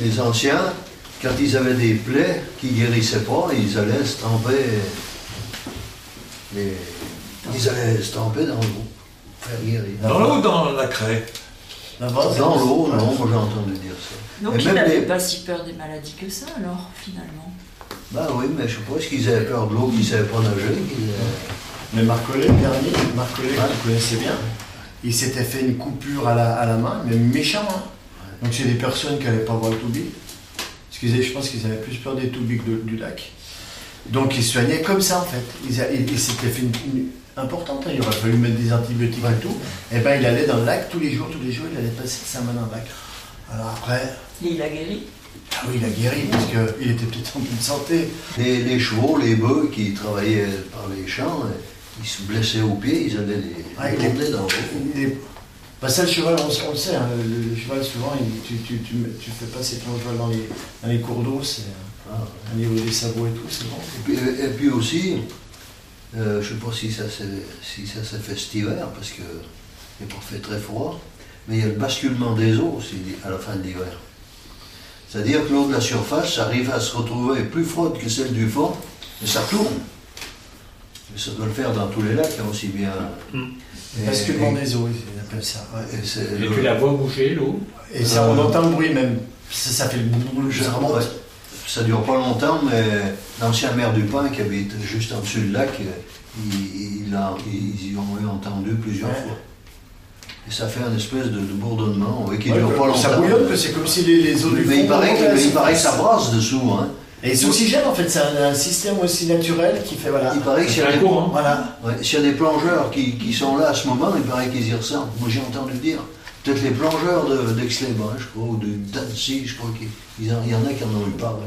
les anciens, quand ils avaient des plaies qui guérissaient pas, ils allaient estamper. Les... Ils allaient estamper dans l'eau. Faire guérir. Dans l'eau ou dans la craie Dans l'eau, non, moi j'ai entendu dire ça. Donc Et ils même n'avaient les- pas si peur des maladies que ça, alors, finalement. Ben oui, mais je suppose qu'ils avaient peur de l'eau, qu'ils savaient pas nager. qu'ils, euh, Mais Marcolet, le dernier, Marcolet, Ouais. que vous connaissez bien, il s'était fait une coupure à la, à la main, mais méchant. hein. Donc c'est des personnes qui n'allaient pas voir le toubib. Parce qu'ils avaient- je pense qu'ils avaient plus peur des toubibs que de- du lac. Donc ils se soignaient comme ça en fait. Ils, a- ils- ils s'étaient fait une, une- importante, hein. il aurait fallu mettre des antibiotiques et tout. Et ben il allait dans le lac tous les jours, tous les jours, il allait passer sa main dans le lac. Alors après, Et il a guéri. ah oui, il a guéri parce qu'il était peut-être en bonne santé. Les, les chevaux, les bœufs qui travaillaient par les champs, euh, ils se blessaient aux pieds, ils allaient les Ouais, Ah, les il est- promener dans l'eau. Il est- Bah ça, le cheval, on, on le sait, hein, le, le cheval, souvent, il- tu, tu, tu, tu fais passer ton cheval dans les, dans les cours d'eau, c'est euh, Ah. au niveau des sabots et tout, c'est bon. Et puis, et puis aussi, euh, je ne sais pas si ça s'est si ça s'est fait cet hiver, parce qu'il n'est pas fait très froid, mais il y a le basculement des eaux aussi à la fin de l'hiver. C'est-à-dire que l'eau de la surface arrive à se retrouver plus froide que celle du fond, et ça tourne. Mais ça doit le faire dans tous les lacs, hein, aussi bien. Et- Parce que le vent des eaux, ils appellent ça. ouais. et c'est- Et tu la vois bouger l'eau Et ça, Euh, on entend le bruit même. Ça, ça fait le boum, Je- ça remonte. ouais. Ça dure pas longtemps, mais l'ancien maire du Pin, qui habite juste en dessus du lac, euh, il, il a- ils y ont eu entendu plusieurs Ouais. fois. Et ça fait un espèce de, de bourdonnement, oui, qui Ouais, dure que- pas longtemps. ça bouillonne, que c'est comme si les, les eaux du mais fond il paraît, que- remontaient à la mais il paraît que ça surface. brasse dessous. Hein. Et s'oxygène, en fait, c'est un, un système aussi naturel qui fait, voilà. Il paraît que s'il y, a Un des- courant. Voilà. ouais, s'il y a des plongeurs qui, qui sont là à ce moment, il paraît qu'ils y ressemblent. Moi, j'ai entendu dire. Peut-être les plongeurs de- d'Aix-les-Bains, je crois, ou de d'Annecy, je crois qu'il il y en- il y en a qui en ont eu parlé.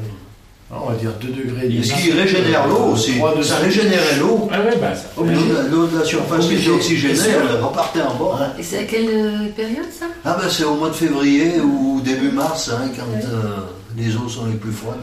On va dire 2 degrés. Et ce qui régénère l'eau aussi. Trois degrés. Ça régénérait l'eau. Ah ouais, bah ça. L'eau de la- l'eau de la surface qui était Obligé. oxygénée, Bien sûr. elle repartait en bas. Ouais. Et c'est à quelle euh, période ça Ah ben c'est au mois de février ou début mars, hein, quand euh, les eaux sont les plus froides.